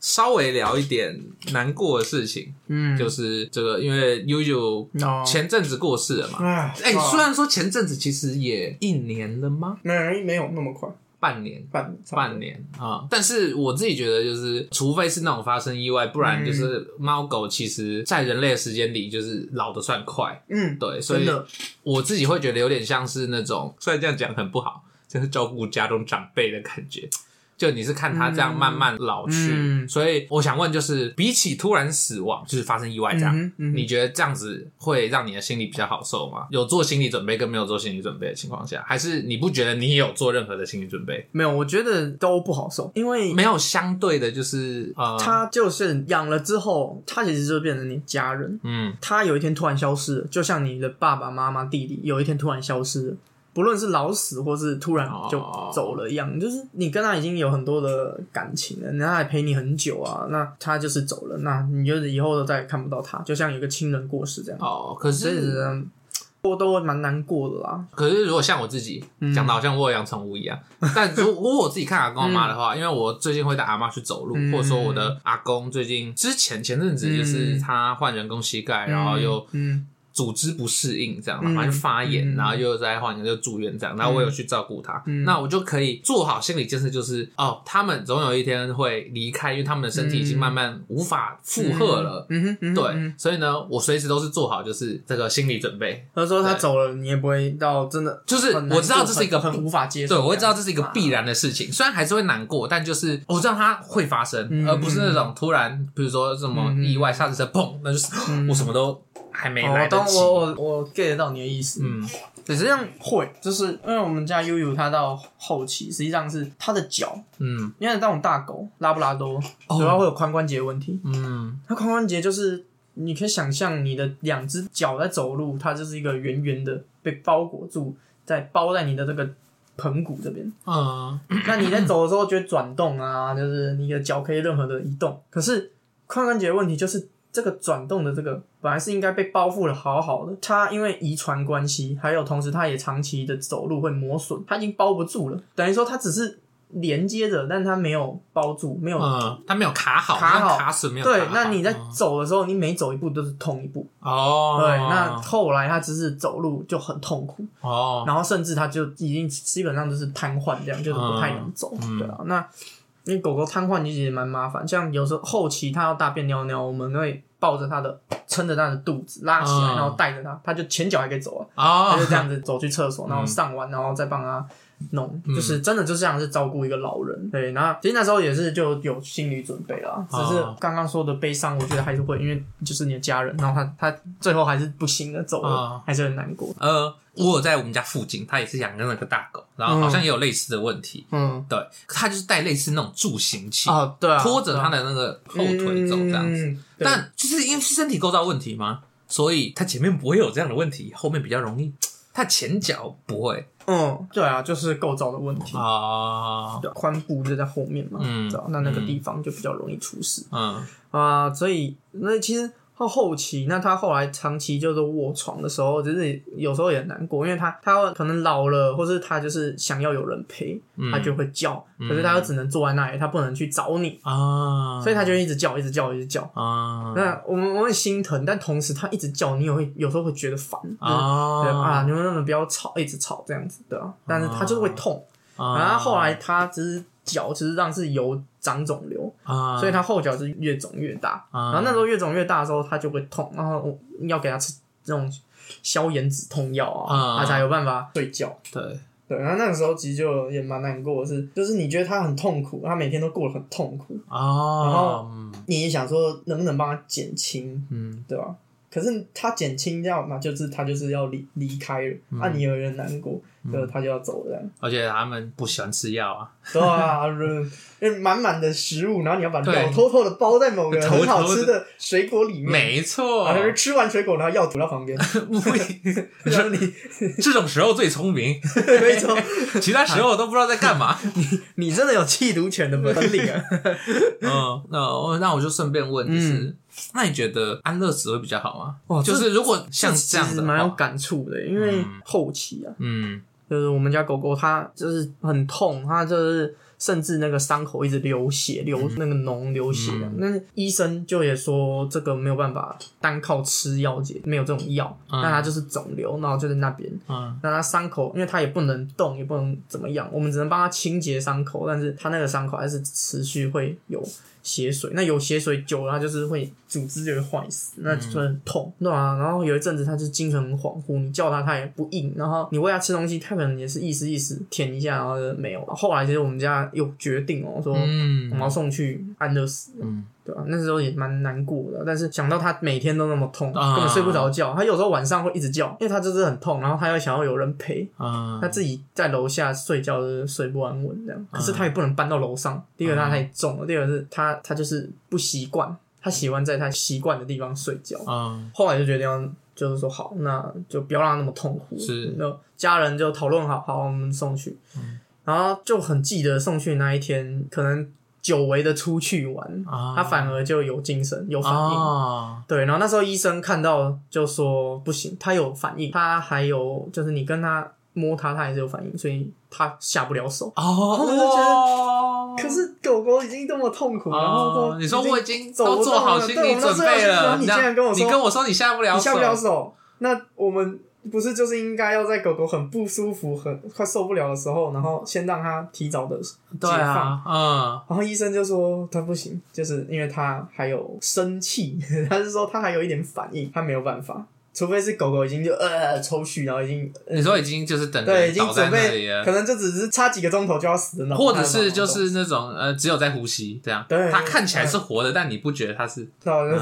A: 稍微聊一点难过的事情，
B: 嗯
A: 就是这个，因为悠悠
B: 哦
A: 前阵子过世了嘛。
B: 哎
A: 哎、虽然说前阵子其实也一年了吗？
B: 没没有那么快，
A: 半年，
B: 半
A: 半，年啊、但是我自己觉得，就是除非是那种发生意外，不然
B: 嗯
A: 就是猫狗其实在人类的时间里就是老的算快，
B: 嗯，
A: 对，所
B: 真
A: 以
B: 的，
A: 我自己会觉得有点像是那种，虽然这样讲很不好，就是照顾家中长辈的感觉。就你是看他这样慢慢老去，
B: 嗯
A: 所以我想问，就是比起突然死亡，就是发生意外这样，
B: 嗯哼嗯哼
A: 你觉得这样子会让你的心里比较好受吗？有做心理准备跟没有做心理准备的情况下，还是你不觉得你有做任何的心理准备？
B: 没有，我觉得都不好受，因为
A: 没有相对的，就是呃，
B: 它就是养了之后，它其实就变成你家人。
A: 嗯
B: 它有一天突然消失了，就像你的爸爸妈妈、弟弟有一天突然消失了，不论是老死或是突然
A: 哦
B: 就走了一样，就是你跟他已经有很多的感情了，人家还陪你很久啊，那他就是走了，那你就是以后都再也看不到他，就像有个亲人过世这样，
A: 哦，可
B: 所以
A: 是
B: 嗯我都蛮难过的啦。
A: 可是如果像我自己
B: 嗯
A: 讲的，好像我有养宠物一样， 但如果我自己看阿公阿妈的话，因为我最近会带阿妈去走路，
B: 嗯
A: 或者说我的阿公最近之前前阵子就是
B: 嗯
A: 他换人工膝盖，
B: 嗯
A: 然后又
B: 嗯
A: 组织不适应这样，
B: 嗯
A: 然后就发炎，
B: 嗯
A: 然后又在换又住院这样，然后我有去照顾他，
B: 嗯
A: 那我就可以做好心理建设，就是哦，他们总有一天会离开，因为他们的身体已经
B: 嗯
A: 慢慢无法负荷了。
B: 嗯哼，嗯哼嗯
A: 对
B: 哼，
A: 所以呢，我随时都是做好就是这个心理准备，
B: 他说他
A: 对
B: 走了，你也不会到真的
A: 就是
B: 很难过，
A: 我知道这是一个
B: 很很无法接受
A: 对，
B: 样，
A: 我会知道这是一个必然的事情，虽然还是会难过，但就是我知道它会发生，
B: 嗯
A: 而不是那种突然，比如说什么意外，下子车砰，那就是、我什么都还没
B: 嗯哦
A: 来
B: 我
A: 得
B: 懂，
A: 及。
B: 我我我 get 到你的意思。
A: 嗯，
B: 只是这样会，就是因为我们家悠悠它到后期，实际上是它的脚，
A: 嗯
B: 你看那种大狗拉布拉多，
A: 哦
B: 主要会有啊髋关节问题。
A: 嗯，
B: 它髋关节就是你可以想象你的两只脚在走路，它就是一个圆圆的被包裹住，在包在你的这个盆骨这边。
A: 嗯，
B: 那你在走的时候就会转动 啊，就是你的脚可以任何的移动。可是髋关节的问题就是这个转动的这个本来是应该被包覆的好好的，它因为遗传关系，还有同时它也长期的走路会磨损，它已经包不住了。等于说它只是连接着，但它没有包住，没有、
A: 嗯，它没有卡好，
B: 卡好
A: 像卡死没有卡好。
B: 对。那你在
A: 嗯
B: 走的时候，你每走一步都是痛一步。
A: 哦，
B: 对，那后来他只是走路就很痛苦，
A: 哦，
B: 然后甚至它就已经基本上就是瘫痪这样，就是不太能走，
A: 嗯
B: 对啊。那因为狗狗瘫痪其实也蛮麻烦，像有时候后期它要大便尿尿，我们会抱着它的，撑着它的肚子拉起来，
A: 嗯
B: 然后带着它，它就前脚还可以走啊，它
A: 哦
B: 就，这样子走去厕所，然后
A: 嗯
B: 上完，然后再帮它。弄
A: 嗯
B: 就是真的就像是照顾一个老人，对。那其实那时候也是就有心理准备啦，只是
A: 哦
B: 刚刚说的悲伤，我觉得还是会，因为就是你的家人，然后他他最后还是不行的走了
A: 哦，
B: 还是很难过。
A: 呃，我有在我们家附近，它也是养的那个大狗，然后好像也有类似的问题。
B: 嗯，
A: 对，它就是带类似那种助行器，
B: 哦，对啊，
A: 拖着它
B: 的
A: 的那个后腿走这样子。
B: 嗯、对
A: 但就是因为是身体构造问题嘛，所以他前面不会有这样的问题，后面比较容易。他前脚不会
B: 嗯，对啊，就是构造的问题，
A: 啊，
B: 对啊髋部就在后面嘛，
A: 嗯
B: 对啊，那那个地方就比较容易出事
A: 嗯
B: 啊、所以那其实到后期，那他后来长期就是卧床的时候，就是有时候也很难过，因为他他可能老了，或是他就是想要有人陪，
A: 嗯
B: 他就会叫，可是他又只能坐在那里，他不能去找你，
A: 啊，
B: 所以他就一直叫，一直叫，一直叫。
A: 啊
B: 那我们我很心疼，但同时他一直叫，你也会有时候会觉得烦就是对啊，
A: 啊
B: 你们能不能不要吵，一直吵这样子，对啊。但是他就是会痛，
A: 啊
B: 然后后来他只是脚其实上是有长肿瘤，
A: 啊，
B: 所以他后脚是越肿越大。
A: 啊
B: 然后那时候越肿越大的时候，他就会痛，然后我要给他吃这种消炎止痛药啊，
A: 啊
B: 他才有办法睡觉。
A: 对
B: 对，然后那个时候其实就也蛮难过的是，就是你觉得他很痛苦，他每天都过得很痛苦，
A: 啊，
B: 然后
A: 嗯
B: 你也想说能不能帮他减轻，
A: 嗯
B: 对吧？可是他减轻掉嘛，就是他就是要离离开了，
A: 嗯
B: 那、你有点难过，就他就要走了，
A: 而且他们不喜欢吃药啊，
B: 对啊，嗯因为满满的食物，然后你要把
A: 对
B: 药偷偷的包在某个
A: 偷偷
B: 很
A: 地
B: 好吃的水果里面，
A: 没错
B: 然，后嗯啊 就吃完水果，然后药吐到 旁边，
A: 不会
B: 然后你
A: 这种时候最聪明，
B: 没错，
A: 其他时候都不知道在干嘛。
B: 你真的有弃毒犬的本领啊！
A: 嗯，那我那我就顺便问，就是、那你觉得安乐死会比较好吗？ 就
B: 哇嗯哦这
A: 是如果像
B: 其
A: 这样
B: 实
A: 的
B: 蛮有
A: 话，
B: 感触的，因为
A: 嗯
B: 后期啊，
A: 嗯
B: 就是我们家狗狗它就是很痛，它就是甚至那个伤口一直流血，流那个脓流血的
A: 嗯。
B: 那、医生就也说这个没有办法单靠吃药解，没有这种药，
A: 嗯
B: 那它就是肿瘤，然后就在那边。
A: 嗯
B: 那它伤口，因为它也不能动，也不能怎么样，我们只能帮它清洁伤口，但是它那个伤口还是持续会有血水。那有血水久了，它就是会组织就会坏死，那就会很痛，对啊。然后有一阵子它就精神很恍惚，你叫它它也不应，然后你喂它吃东西，它可能也是意思意思舔一下，然后就没有了。后来其实我们家有决定哦、说我们
A: 嗯
B: 要送去安乐死，
A: 嗯
B: 对啊，那时候也蛮难过的，但是想到他每天都那么痛，
A: 啊
B: 根本睡不着觉。他有时候晚上会一直叫，哎因为他就是很痛，然后他又想要有人陪。
A: 嗯啊
B: 他自己在楼下睡觉就是睡不安稳这样，可是他也不能搬到楼上。第一个他太重了，第二个是他他就是不习惯，他喜欢在他习惯的地方睡觉。
A: 嗯
B: 后来就决定要就是说好，那就不要让他那么痛苦。
A: 是嗯
B: 那家人就讨论好，好我们送去，然后就很记得送去那一天，可能久违的出去玩，
A: 啊
B: 他反而就有精神有反应。
A: 啊
B: 对，然后那时候医生看到就说不行，他有反应，他还有就是你跟他摸他，他还是有反应，所以他下不了手。
A: 哦，
B: 我就觉得
A: 哦
B: 可是狗狗已经这么痛苦，然后
A: 哦
B: 都，
A: 你说
B: 已经
A: 我已经
B: 走
A: 都
B: 不
A: 做
B: 动
A: 好
B: 了
A: 心
B: 对
A: 理
B: 我们都
A: 准
B: 做好
A: 备
B: 心理准备
A: 了，
B: 然后你
A: 这样
B: 竟然跟我说
A: 你跟我说你下不了
B: 你
A: 手，
B: 下不了手，那我们不是就是应该要在狗狗很不舒服、很快受不了的时候，然后先让它提早的
A: 对啊，嗯，
B: 然后医生就说他不行，就是因为他还有生气， 他是说他还有一点反应，他没有办法，除非是狗狗已经就呃抽搐，然后已经、呃
A: 你说已经就是等
B: 对已
A: 人
B: 经
A: 倒在
B: 准
A: 那里
B: 备，可
A: 了，
B: 能就只是差几个钟头就要死的那种，
A: 或者是就是那种呃，只有在呼吸这样，
B: 对
A: 它看起来是活的，但你不觉得它是
B: 那我就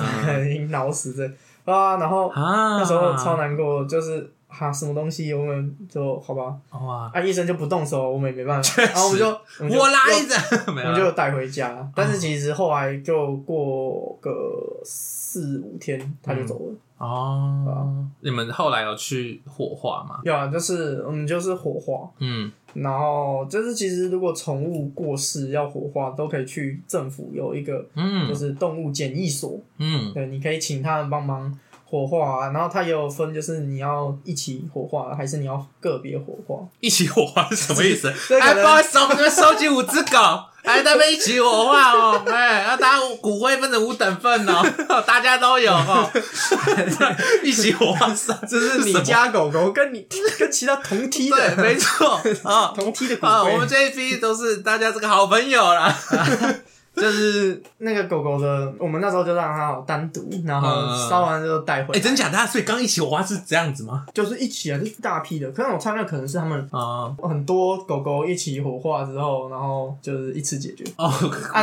B: 已经脑死这啊，然后
A: 啊？
B: 那时候超难过，就是。哈，什么东西？我们就好吧。
A: 哇，
B: 啊，医生就不动手，我们也没办法。
A: 确实
B: 然后我们就，我们 就
A: 我来
B: 又
A: 着，没
B: 我
A: 有
B: 们
A: 啦
B: 就带回家，但是其实后来就过个四五天，他就走了。
A: 嗯哦。你们后来有去火化吗？
B: 有啊，就是我们就是火化，
A: 嗯，
B: 然后就是其实如果宠物过世要火化，都可以去政府有一个就
A: 嗯
B: 是动物检疫所，
A: 嗯
B: 对，你可以请他们帮忙火化、啊，然后它也有分，就是你要一起火化，还是你要个别火化。
A: 一起火化是什么意思？
B: 这可
A: 哎，
B: 能
A: 不好意思，我们这边收集五只狗， 哎，他们一起火化哦，哎，要大家骨灰分成五等份哦， 大家都有哦， 一起火化是
B: 这是你
A: 什么
B: 家狗狗跟你跟其他同梯
A: 对，
B: 的
A: 没错 啊
B: 同梯的骨
A: 啊，
B: 灰
A: 我们这一批都是大家这个好朋友 啦，就是
B: 那个狗狗的，我们那时候就让它好单独，然
A: 嗯
B: 后烧完就带回
A: 哎，
B: 来，
A: 真假的啊？所以刚一起火化是这样子吗？
B: 就是一起啊，就是大批的。可能我猜那可能是他们
A: 啊
B: 很多狗狗一起火化之后，然后就是一次解决。
A: 哦，
B: 啊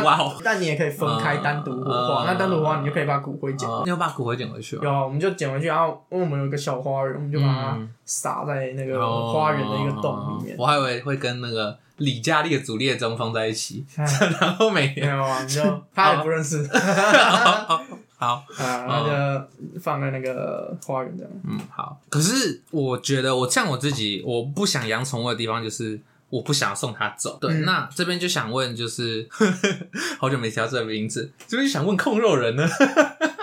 A: 哇哦！
B: 但你也可以分开单独火化，
A: 嗯
B: 那单独火化你就可以把骨灰捡。
A: 啊你有把骨灰捡回去吗？
B: 有啊，我们就捡回去，然后因为我们有一个小花园，我们就把它
A: 嗯
B: 撒在那个
A: 哦
B: 花园的一个洞里面。
A: 我还以为会跟那个李佳丽的主列中放在一起，
B: 哎
A: 然后每
B: 没
A: 年
B: 有啊，你就他也不认识，
A: 哦好，
B: 啊，那就放在那个花园这样。
A: 嗯，好。可是我觉得我像我自己，我不想养宠物的地方就是。我不想送它走。对，
B: 嗯
A: 那这边就想问，就是 好久没提到这个名字，这边就想问控肉人呢？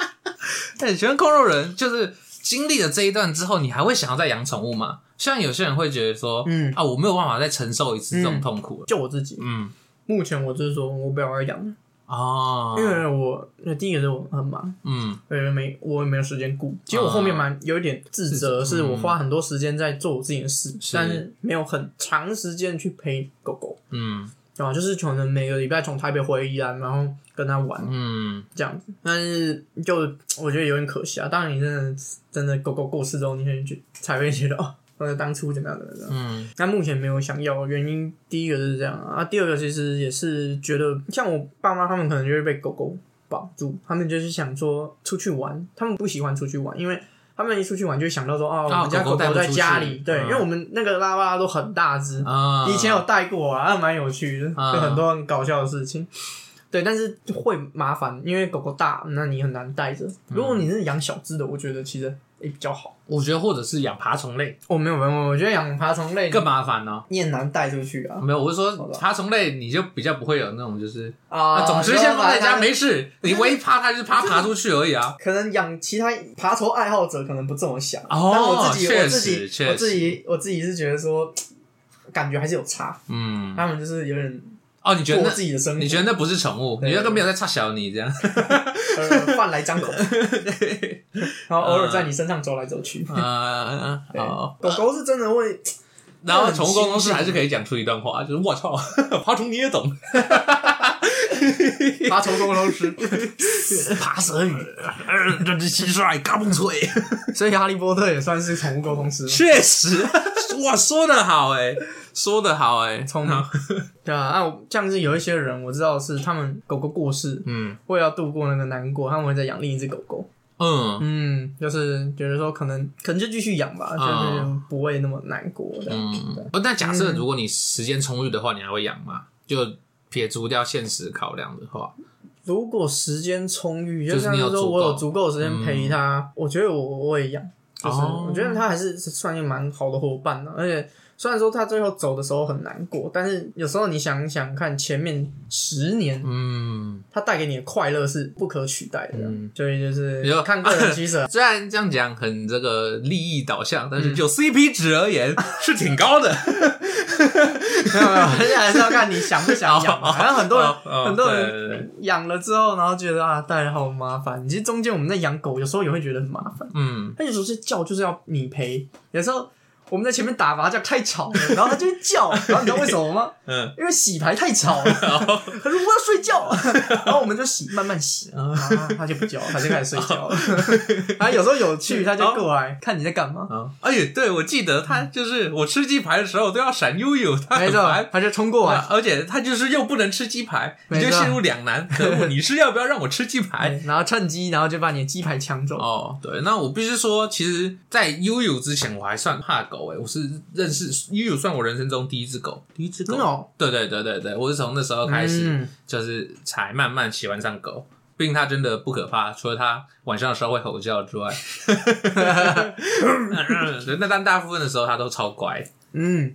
A: 哎，请问控肉人就是经历了这一段之后，你还会想要再养宠物吗？像有些人会觉得说，
B: 嗯
A: 啊，我没有办法再承受一次这种
B: 嗯
A: 痛苦了。
B: 就我自己，
A: 嗯，
B: 目前我就是说我不要养了，
A: 哦，
B: 因为我那第一个是我很忙，
A: 嗯
B: 呃，没，我也没有时间顾。其实我后面蛮有一点自责，
A: 哦自责
B: 是我
A: 嗯
B: 花很多时间在做我自己的事，
A: 是
B: 但是没有很长时间去陪狗狗，
A: 嗯
B: 对吧？就是可能每个礼拜从台北回宜兰，然后跟它玩
A: 嗯，
B: 这样子。但是就我觉得有点可惜啊。当然，你真的真的狗狗过世之后，你会觉才会觉得哦，呃，当初怎么样怎么样。
A: 嗯
B: 那目前没有想要，原因第一个是这样啊，啊第二个其实也是觉得，像我爸妈他们可能就会被狗狗绑住，他们就是想说出去玩，他们不喜欢出去玩，因为他们一出去玩就会想到说，哦，我们家
A: 啊狗狗
B: 狗
A: 带不
B: 狗在
A: 出
B: 家
A: 去
B: 里，对，
A: 嗯
B: 因为我们那个拉布拉多都很大只，
A: 啊，
B: 以前有带过啊，啊蛮有趣的，
A: 啊
B: 有很多很搞笑的事情。对，但是会麻烦，因为狗狗大，那你很难带着。
A: 嗯
B: 如果你是养小只的，我觉得其实也比较好。
A: 我觉得或者是养爬虫类
B: 我、没有没有，没有我觉得养爬虫类
A: 更麻烦呢、
B: 你也难带出去啊。
A: 没有，我是说
B: 好吧
A: 爬虫类，你就比较不会有那种就是
B: 啊
A: 啊，总之
B: 你
A: 先
B: 说
A: 放在
B: 把
A: 家
B: 它
A: 没事，你唯一怕它就是怕爬出去而已啊。
B: 可能养其他爬虫爱好者可能不这么想，
A: 哦
B: 但我自己
A: 确
B: 我
A: 实
B: 自己
A: 确实
B: 我自己我自己是觉得说，感觉还是有差，
A: 嗯，
B: 他们就是有点
A: 哦，你觉得
B: 过
A: 那
B: 自己的生活
A: 你，觉得那不是宠物，
B: 对
A: 你觉得没有在差小你 这样。
B: 呃，饭来 张口，然后偶尔在
A: 嗯
B: 你身上走来走去。
A: 呃，好。
B: 狗狗是真的 会，
A: 然后宠物沟通师还是可以讲出一段话，就是我操， 爬虫你也懂，
B: 爬虫沟通师，
A: 爬蛇语，呃这只蟋蟀嘎嘣脆。
B: 所以哈利波特也算是宠物沟通师嘛。
A: 确实，哇，说的好哎、说的好哎、
B: 聪明，对啊，啊，我像是有一些人我知道是他们狗狗过世，
A: 嗯
B: 为了要度过那个难过，他们会再养另一只狗狗。
A: 嗯
B: 嗯，就是觉得说可能可能就继续养吧，就是不会那么难过的。
A: 啊嗯。不，那假设如果你时间充裕的话，你还会养吗？就撇除掉现实考量的话，
B: 如果时间充裕，
A: 就是
B: 像
A: 你有
B: 说
A: 足
B: 我有
A: 够嗯
B: 足够的时间陪它，我觉得我我会养，就是
A: 哦
B: 我觉得它还是算一个蛮好的伙伴的、而且。虽然说它最后走的时候很难过，但是有时候你想想看，前面十年
A: 嗯，
B: 它带给你的快乐是不可取代的，
A: 嗯
B: 所以就是
A: 你说。
B: 看个人取舍
A: 虽然这样讲很这个利益导向，但是就 CP 值而言是挺高的。
B: 没有没有，而且还是要看你想不想养嘛。然后很多 人
A: 哦哦
B: 很多人
A: 对对对
B: 养了之后，然后觉得啊，带了好麻烦。其实中间我们在养狗，有时候也会觉得很麻烦。
A: 嗯，
B: 它有时候是叫，就是要你陪。有时候我们在前面打麻将太 吵了，然后它就会叫。然后你知道为什么吗？
A: 嗯，
B: 因为洗牌太吵 了。它说我要睡觉，然后我们就洗，慢慢洗，
A: 啊
B: 然后它它就不叫，它就开始睡 觉了。它有时候有趣，它就过
A: 哦
B: 来看你在干嘛。
A: 啊，哎呀，对，我记得他就是我吃鸡排的时候都要闪悠悠，他啊
B: 没
A: 很
B: 错
A: 烦，。啊
B: 它就冲过来。
A: 而且他就是又不能吃鸡排，你
B: 没错
A: 就陷入两 难。可恶，你是要不要让我吃鸡排？
B: 哎，然后趁机，然后就把你的鸡排抢走。
A: 哦，对，那我必须说，其实，在悠悠之前，我还算怕狗欸诶、我是认识悠悠，算我人生中第一只狗，第一只
B: 真的
A: 狗。
B: 哦，
A: 对对对对对，我是从那时候开始，
B: 嗯
A: 就是才慢慢喜欢上狗。毕竟它真的不可怕，除了它晚上的时候会吼叫之 外，对那但大部分的时候它都超乖。
B: 嗯，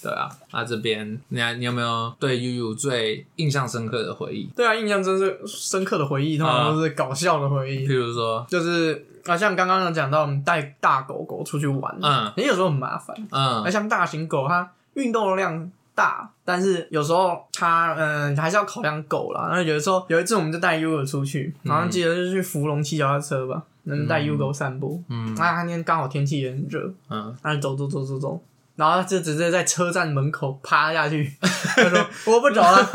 A: 对啊，那这边你你有没有对悠悠最印象深刻的回忆？
B: 对啊，印象真是深刻的回忆，通常都是搞笑的回忆，
A: 譬啊如说，
B: 就是啊，像刚刚有讲到，我们带大狗狗出去玩，
A: 嗯
B: 也有时候很麻烦。
A: 嗯
B: 那像大型狗，它运动量大，但是有时候它嗯还是要考量狗啦。那有的时候有一次我们就带 U 狗出去，
A: 嗯
B: 然后记得就是去芙蓉骑脚踏车吧，能带 U 狗散步。啊
A: 嗯
B: 那那天刚好天气也很热，
A: 嗯，
B: 然后走走走走走，然后他就直接在车站门口趴下 去，他说：“我不走了，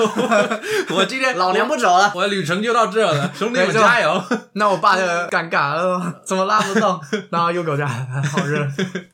A: 我今天
B: 老娘不走了。
A: 我的旅程就到这 了，兄弟们
B: 没错
A: 加油！”
B: 那我爸就尴尬了，怎么拉不动？然后又狗就好热，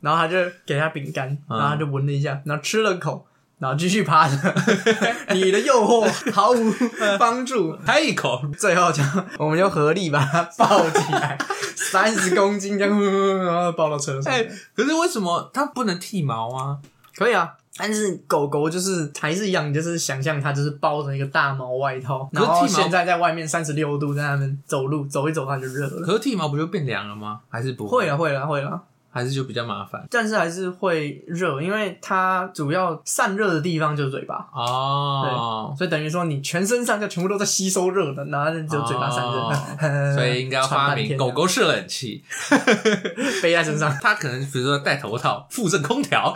B: 然后他就给他饼干，
A: 啊
B: 然后他就闻了一下，然后吃了口。然后继续趴着， 你的诱惑毫无帮助。
A: 拍一口，
B: 最后就我们就合力把它抱起来，三十公斤这样，然后抱到车上。
A: 哎、可是为什么它不能剃毛啊？
B: 可以啊，但是狗狗就是还是一样，你就是想象它就是包着一个大毛外套，
A: 可是
B: 然后
A: 剃毛
B: 现在在外面三十六度，在那边走路走一走它就热了。
A: 可是剃毛不就变凉了吗？还是不
B: 会啊会啊会啊，
A: 还是就比较麻烦
B: 但是还是会热，因为它主要散热的地方就是嘴巴，
A: 哦。
B: 所以等于说你全身上下全部都在吸收热啊的，然后只有嘴巴散热，
A: 哦所以应该要
B: 传
A: 发
B: 半天
A: 明狗 狗式冷气，
B: 背在身上。
A: 它可能比如说戴头套、附赠空调，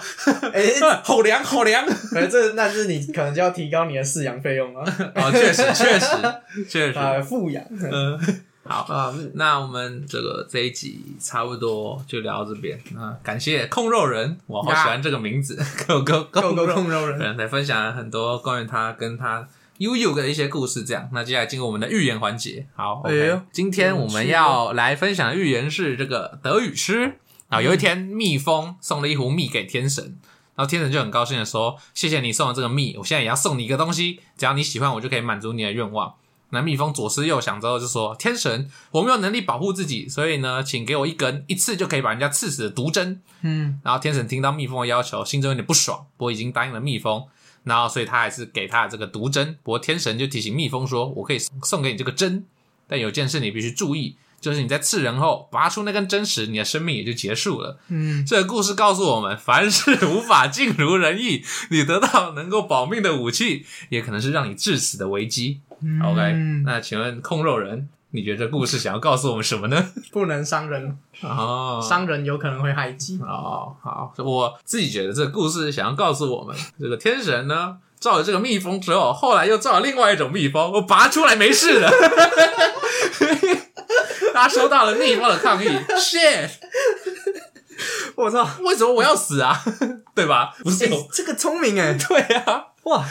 B: 哎、
A: 好凉好凉。
B: 可是这那是你可能就要提高你的饲养费用了，
A: 哦，确实确实确实，
B: 啊，富养
A: 嗯，好，
B: 啊，
A: 那我们这个这一集差不多就聊到这边。那感谢控肉人，我好喜欢这个名字， 狗狗
B: 狗
A: 控
B: 狗
A: 肉
B: 控肉人。
A: 人，来分享了很多关于他跟他悠悠的一些故事。这样，那接下来进入我们的预言环节。好
B: 哎呦
A: ，OK，今天我们要来分享的预言是这个德语诗
B: 嗯
A: 啊。有一天，蜜蜂送了一壶蜜给天神。然后天神就很高兴的说：“谢谢你送了这个蜜，我现在也要送你一个东西，只要你喜欢，我就可以满足你的愿望。”那蜜蜂左思右想之后就说：“天神，我没有能力保护自己，所以呢，请给我一根一次就可以把人家刺死的毒针。”
B: 嗯，
A: 然后天神听到蜜蜂的要求，心中有点不爽，不过已经答应了蜜蜂，然后所以他还是给他的这个毒针。不过天神就提醒蜜蜂说：“我可以送给你这个针，但有件事你必须注意，就是你在刺人后拔出那根针时，你的生命也就结束了。”
B: 嗯，
A: 这个故事告诉我们，凡事无法尽如人意，你得到能够保命的武器，也可能是让你致死的危机。OK，、那
B: 嗯
A: 请问控肉人，你觉得这故事想要告诉我们什么呢？
B: 不能伤人，
A: 哦，
B: 伤人有可能会害己。
A: 哦，好，我自己觉得这个故事想要告诉我们，这个天神呢，造了这个蜜蜂之后，后来又造了另外一种蜜蜂，我拔出来没事的。 他收到了蜜蜂的抗议，shit，
B: 我操，
A: 为什么我要死啊？对吧？不是
B: 哎、
A: 有，
B: 这个聪明哎、
A: 对啊，
B: 哇，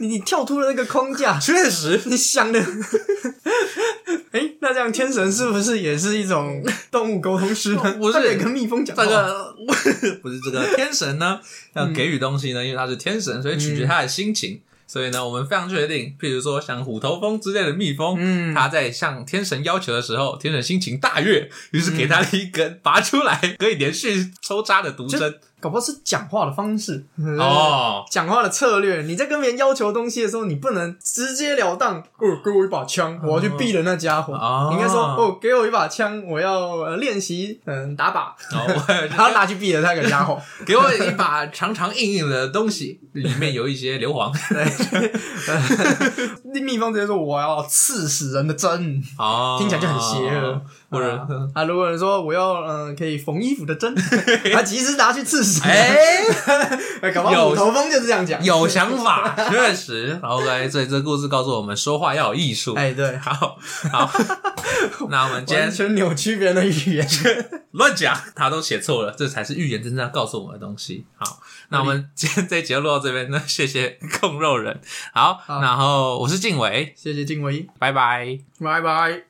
B: 你你跳出了那个框 架，
A: 确实，
B: 你想的，哎、那这样天神是不是也是一种动物沟通师呢？
A: 不是
B: 他可以跟蜜蜂讲话
A: 这个 不是这个天神呢，要给予东西呢，因为他是天神，所以取决他的心情。所以呢，我们非常确定，譬如说像虎头蜂之类的蜜蜂，
B: 嗯
A: 它在向天神要求的时候，天神心情大悦，于是给他了一根拔出来可以连续抽扎的毒针。
B: 搞不好是讲话的方式，呃
A: 哦，
B: 讲话的策略。你在跟别人要求东西的时候，你不能直截了当，哦，给我一把枪，我要去毙了那家伙。
A: 哦
B: 你应该说，哦，给我一把枪，我要呃练习嗯打靶，
A: 哦，我
B: 然后拿去毙了那个 家伙。
A: 给我一把长长硬硬的东西，里面有一些硫 磺。
B: 蜜蜂直接说我要刺死人的针，
A: 哦，
B: 听起来就很邪恶。
A: 或者
B: 啊，如果人说我要嗯、呃可以缝衣服 的针，他其实拿去刺死。
A: 哎、
B: 哎，搞不好
A: 有
B: 虎头蜂就是这样讲。
A: 有想法，确实。然后来，所以这故事告诉我们，说话要有艺术。
B: 哎，对，
A: 好好，那我们今
B: 完
A: 天
B: 全扭曲别人的语言。
A: 乱讲，他都写错了，这才是预言真正要告诉我们的东西。好，那我们今天这一节录到这边，那谢谢控肉人。好，
B: 好
A: 然后我是静伟，
B: 谢谢静唯，
A: 拜拜。
B: 拜拜。